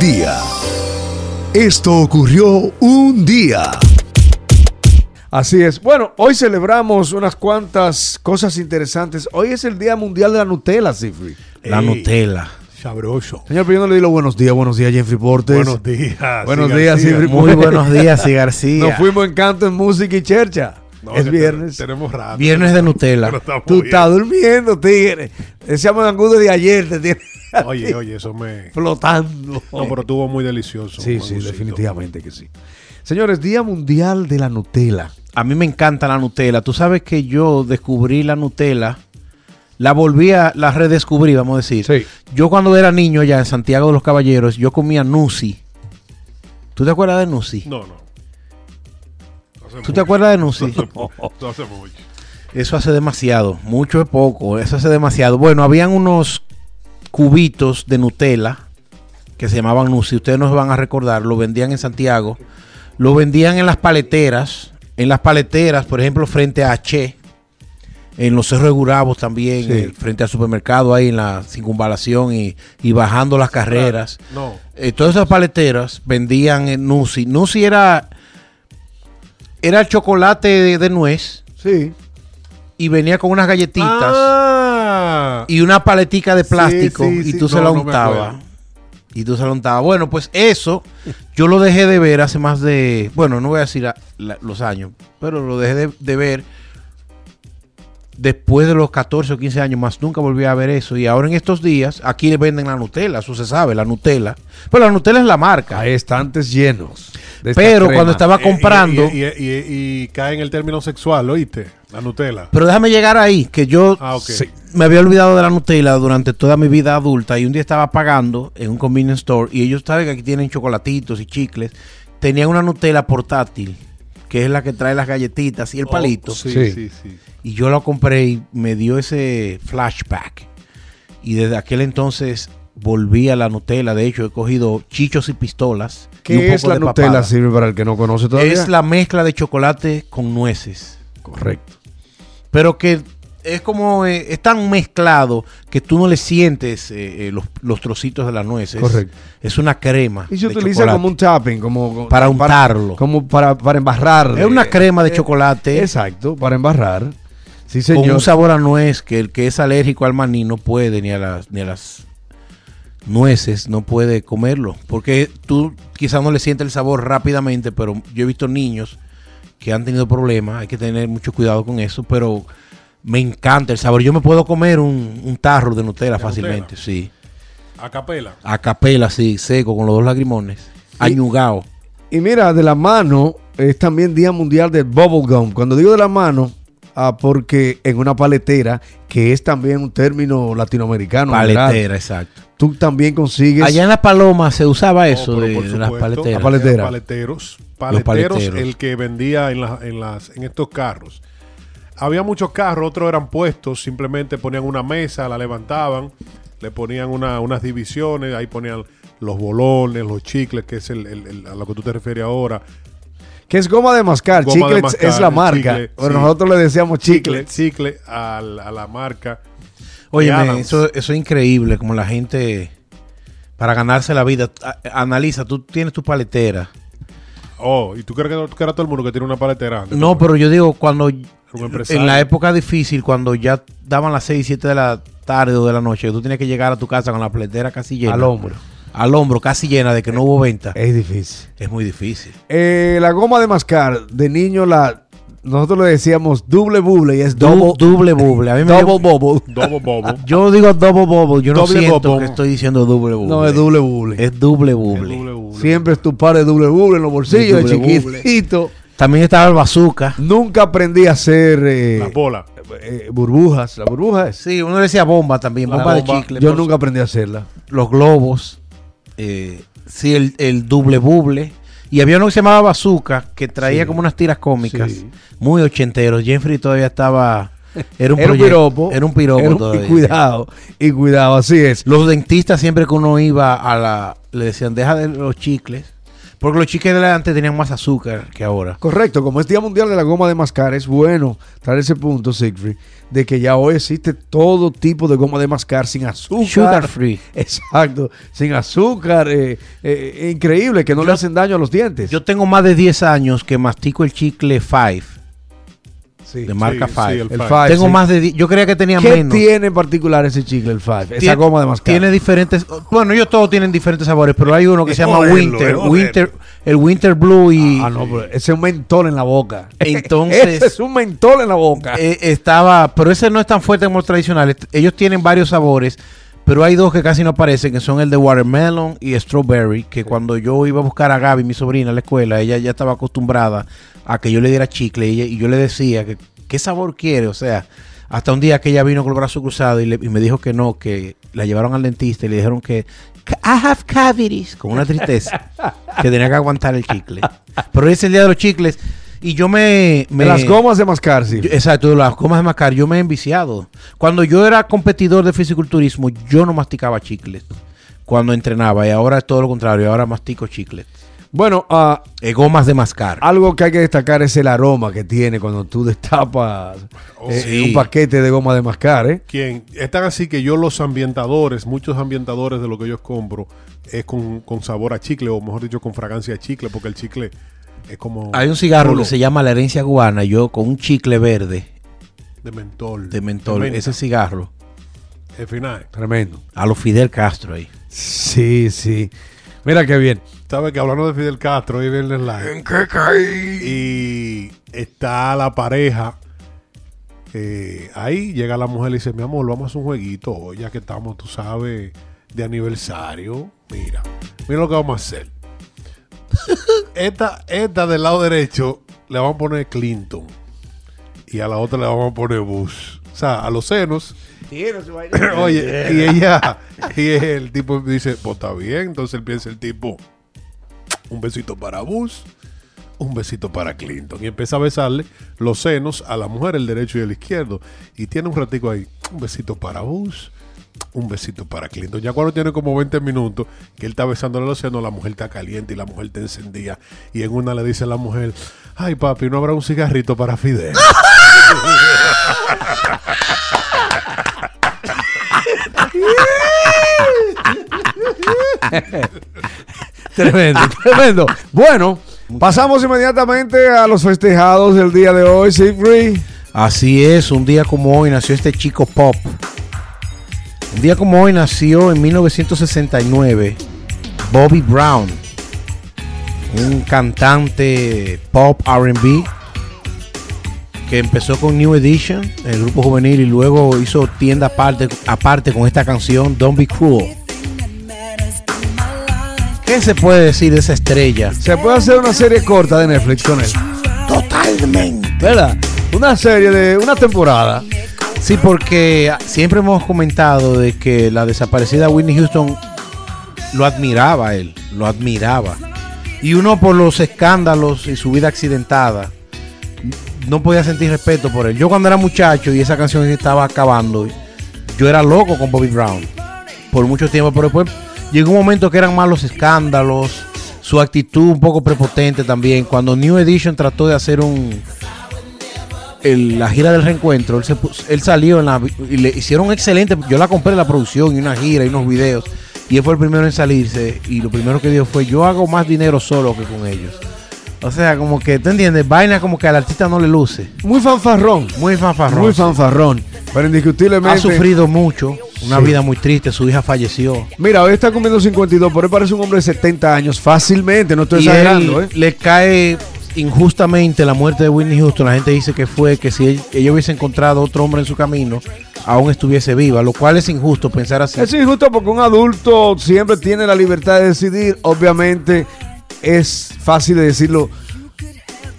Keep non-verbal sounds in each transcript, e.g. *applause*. día. Esto ocurrió un día. Así es. Bueno, hoy celebramos unas cuantas cosas interesantes. Hoy es el Día Mundial de la Nutella, Cifri. La Ey. Nutella. Sabroso. Señor, pero yo no le digo buenos días, buenos días, Jeffrey Portes. Buenos días. Buenos sí, días, García. Cifri. Muy buenos días, y Nos García. fuimos en canto, en música y chercha. No, es que te- viernes. Tenemos rato. Viernes de Pero Nutella. estamos Tú bien. estás durmiendo, tigre. Decíamos en Angudo de ayer, te tiene *laughs* Oye, oye, eso me. flotando. No, pero estuvo muy delicioso. Eh. sí, sí, Manucito. definitivamente que sí. Señores, Día Mundial de la Nutella. A mí me encanta la Nutella. Tú sabes que yo descubrí la Nutella. La volví a, la redescubrí, vamos a decir. Sí. Yo cuando era niño allá en Santiago de los Caballeros, yo comía Nusi. ¿Tú te acuerdas de Nusi? No, no. No hace ¿Tú te mucho. acuerdas de Nusi? No hace mucho. Eso hace demasiado, mucho es poco, eso hace demasiado. Bueno, habían unos cubitos de Nutella que se llamaban Nusi, ustedes no se van a recordar, lo vendían en Santiago, lo vendían en las paleteras, en las paleteras, por ejemplo, frente a H, en los cerros de Gurabos también, Sí. eh, frente al supermercado ahí en la circunvalación y, y bajando las carreras. No. Eh, todas esas paleteras vendían eh, Nusi. Nusi era, era el chocolate de- de nuez Sí. y venía con unas galletitas Ah. y una paletica de plástico sí, y sí. tú se No, la no me untabas. acuerdo. y tú se la untabas. Bueno, pues eso yo lo dejé de ver hace más de, bueno, no voy a decir a- la- los años, pero lo dejé de, de ver después de los 14 o 15 años más. Nunca volví a ver eso. Y ahora en estos días, aquí venden la Nutella, eso se sabe, la Nutella. Pero la Nutella es la marca. Hay estantes llenos. de esta Pero crema. cuando estaba Eh, comprando... Y, y- y- y- y cae en el término sexual, ¿oíste? La Nutella. Pero déjame llegar ahí, que yo Ah, ok. se- me había olvidado de la Nutella durante toda mi vida adulta y un día estaba pagando en un convenience store y ellos saben que aquí tienen chocolatitos y chicles. Tenían una Nutella portátil, que es la que trae las galletitas y el Oh, palito. sí, Sí. sí, sí, Y yo la compré y me dio ese flashback. Y desde aquel entonces volví a la Nutella. De hecho, he cogido chichos y pistolas. y un ¿Qué poco es la de Nutella, papada. Sirve para el que no conoce todavía? Es la mezcla de chocolate con nueces. Correcto. pero que es como eh, es tan mezclado que tú no le sientes eh, eh, los, los trocitos de las nueces. Correcto. Es una crema. Y se de utiliza chocolate. como un tapping, como... Para untarlo. como para, para embarrar. es una crema de Eh, chocolate Exacto, para embarrar. Sí, con señor. un sabor a nuez que el que es alérgico al maní no puede ni a las ni a las nueces no puede comerlo porque tú quizás no le sientes el sabor rápidamente, pero yo he visto niños que han tenido problemas, hay que tener mucho cuidado con eso, pero me encanta el sabor. Yo me puedo comer un, un tarro de Nutella ¿De fácilmente, Nutella? sí. A capela. a capela, así, seco, con los dos lagrimones, añugado. Y mira, de la mano es también Día Mundial del Bubblegum. Cuando digo de la mano, ah, porque en una paletera, que es también un término latinoamericano. ¿verdad? Paletera, exacto. Tú también consigues... Allá en la paloma se usaba eso No, pero de, por de las supuesto, paleteras. La paleta- paletera. eran Paleteros. Paleteros, paleteros. el que vendía en, las- en, las, en estos carros. Había muchos carros, otros eran puestos, simplemente ponían una mesa, la levantaban, le ponían una- unas divisiones, ahí ponían los bolones, los chicles, que es el, el- el- a lo que tú te refieres ahora. Que es goma de mascar. Goma de chiclets mascar, es la marca. chicle, Pero sí. nosotros le decíamos Chicle, chiclets. chicle al- a, la marca. Oye, de men, Adams. eso, eso es increíble, como la gente, para ganarse la vida, a- analiza, tú tienes tu paletera. Oh, ¿y tú crees que, que era todo el mundo que tiene una paletera? antes? No, pero yo digo, cuando empresario. en la época difícil, cuando ya daban las 6, 7 de la tarde o de la noche, tú tenías que llegar a tu casa con la paletera casi llena. Al hombro. Al hombro, Eh, casi llena de que no hubo venta. Es difícil. Es muy difícil. Eh, la goma de mascar, de niño la... Nosotros le decíamos doble buble y es Doble, double, doble buble. A mí me dio- Ah, double bubble. Dobo bobo. Yo digo double bubble, yo no Doble siento bubble. que estoy diciendo doble bubble. No, es doble buble. Es *laughs* doble el bubble. doble buble. Siempre es tu par de doble buble en los bolsillos, de Doble buble. chiquitito. También estaba el bazooka. Nunca aprendí a hacer eh, Las bolas. eh, burbujas. La burbuja es... Sí, uno le decía bomba también, La bomba, de bomba. chicle. Yo por- nunca aprendí a hacerla. Los globos. eh, sí, el, el doble buble. Y había uno que se llamaba bazooka, que traía Sí. como unas tiras cómicas. Sí. Muy ochenteros. Jeffrey *laughs* todavía estaba... Era un, era un proyecto- piropo. Era un piropo Era un- todavía. Y *laughs* cuidado, y cuidado, así es. Los dentistas siempre que uno iba a la... Le decían, deja de los chicles. Porque los chiques de antes tenían más azúcar que ahora. Correcto, como es Día Mundial de la Goma de Mascar, es bueno traer ese punto, Siegfried, de que ya hoy existe todo tipo de goma de mascar sin azúcar. Sugar free. *laughs* Exacto, sin azúcar. eh, eh, increíble, que no le hacen daño a los dientes. Yo tengo más de 10 años que mastico el chicle Five, Sí. de marca sí, Five. el El Five. Five, tengo sí. más de 10, yo creía que tenía ¿Qué menos. tiene en particular ese chicle, el Five? Esa Tiene- goma de mascar. Tiene diferentes. Bueno, ellos todos tienen diferentes sabores, pero hay uno *laughs* que se Es llama moderno, Winter. es moderno. Winter. El Winter Blue y. Ah, no, pero ese es un mentol en la boca. *laughs* *laughs* Entonces- ese es un mentol en la boca. eh, estaba. Pero ese no es tan fuerte como el tradicional. Est- Ellos tienen varios sabores, pero hay dos que casi no aparecen, que son el de Watermelon y Strawberry. Que cuando yo iba a buscar a Gaby, mi sobrina, a la escuela, ella ya estaba acostumbrada a que yo le diera chicle y, ella- y yo le decía que qué sabor quiere, o sea. Hasta un día que ella vino con el brazo cruzado y, le- y me dijo que no, que la llevaron al dentista y le dijeron que I have cavities, con una tristeza, que tenía que aguantar el chicle. Pero ese es el día de los chicles y yo me... me De las gomas de mascar, sí. yo- eh, Exacto, de las comas de mascar, yo me he enviciado. Cuando yo era competidor de fisiculturismo, yo no masticaba chicles cuando entrenaba y ahora es todo lo contrario, ahora mastico chicles. Bueno, ah, Eh, gomas de mascar. Algo que hay que destacar es el aroma que tiene cuando tú destapas Oh, eh, sí. un paquete de goma de mascar, ¿eh? Quien, están así que yo los ambientadores, muchos ambientadores de lo que yo compro es con, con sabor a chicle, o mejor dicho, con fragancia a chicle, porque el chicle es como... Hay un cigarro olor que se llama la herencia cubana, yo con un chicle verde De mentol. de mentol, menta, ese cigarro, El final. Tremendo. a lo Fidel Castro ahí. Sí, sí. Mira qué bien. Sabe que hablando de Fidel Castro, hoy viernes live. Y está la pareja. eh, ahí llega la mujer y dice, mi amor, vamos a hacer un jueguito hoy, ya que estamos, tú sabes, de aniversario. Mira, mira lo que vamos a hacer. *laughs* Esta, esta del lado derecho le vamos a poner Clinton. Y a la otra le vamos a poner Bush. O sea, a los senos. *coughs* Oye, y ella, y el tipo dice, pues está bien. Entonces él piensa el tipo, un besito para Bush, un besito para Clinton. Y empieza a besarle los senos a la mujer, el derecho y el izquierdo. Y tiene un ratico ahí, un besito para Bush, un besito para Clinton. Ya cuando tiene como 20 minutos, que él está besándole los senos, la mujer está caliente y la mujer está encendida. Y en una le dice a la mujer, ay papi, ¿no habrá un cigarrito para Fidel? *laughs* Tremendo, tremendo. Bueno, pasamos inmediatamente a los festejados del día de hoy, Siegfried. Así es, un día como hoy nació este chico pop. Un día como hoy nació en 1969 Bobby Brown, un cantante pop RB que empezó con New Edition, el grupo juvenil, y luego hizo tienda aparte, aparte con esta canción Don't Be Cruel. ¿Qué se puede decir de esa estrella? Se puede hacer una serie corta de Netflix con él. Totalmente. ¿Verdad? Una serie de una temporada. Sí, porque siempre hemos comentado de que la desaparecida Whitney Houston lo admiraba a él, lo admiraba. Y uno por los escándalos y su vida accidentada no podía sentir respeto por él. Yo cuando era muchacho y esa canción estaba acabando, yo era loco con Bobby Brown por mucho tiempo, pero después llegó un momento que eran más los escándalos, su actitud un poco prepotente también. Cuando New Edition trató de hacer un, el- la gira del reencuentro, él, se pus- él salió en la, y le hicieron excelente. Yo la compré la producción y una gira y unos videos. Y él fue el primero en salirse. Y lo primero que dijo fue: Yo hago más dinero solo que con ellos. O sea, como que, ¿tú entiendes? Vaina como que al artista no le luce. Muy fanfarrón. Muy fanfarrón. Muy fanfarrón. Pero indiscutiblemente. ha sufrido mucho. Una Sí. vida muy triste. Su hija falleció. Mira, hoy está cumpliendo 52, pero él parece un hombre de 70 años fácilmente, no estoy y exagerando, él ¿eh? le cae injustamente la muerte de Whitney Houston. La gente dice que fue que si él- ella hubiese encontrado otro hombre en su camino, aún estuviese viva, lo cual es injusto pensar así. Es injusto porque un adulto siempre tiene la libertad de decidir, obviamente es fácil de decirlo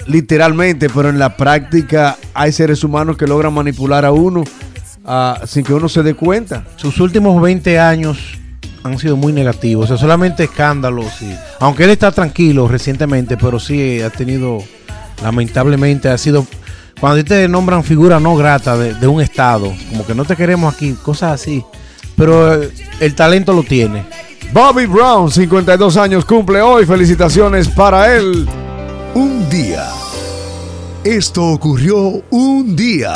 literalmente, pero en la práctica hay seres humanos que logran manipular a uno ah, sin que uno se dé cuenta. Sus últimos 20 años han sido muy negativos, o sea, solamente escándalos. y- aunque él está tranquilo recientemente, pero sí ha tenido, lamentablemente, ha sido... Cuando a ti te nombran figura no grata de, de un estado, como que no te queremos aquí, cosas así. Pero eh, el talento lo tiene. Bobby Brown, 52 años, cumple hoy. Felicitaciones para él. Un día. Esto ocurrió un día.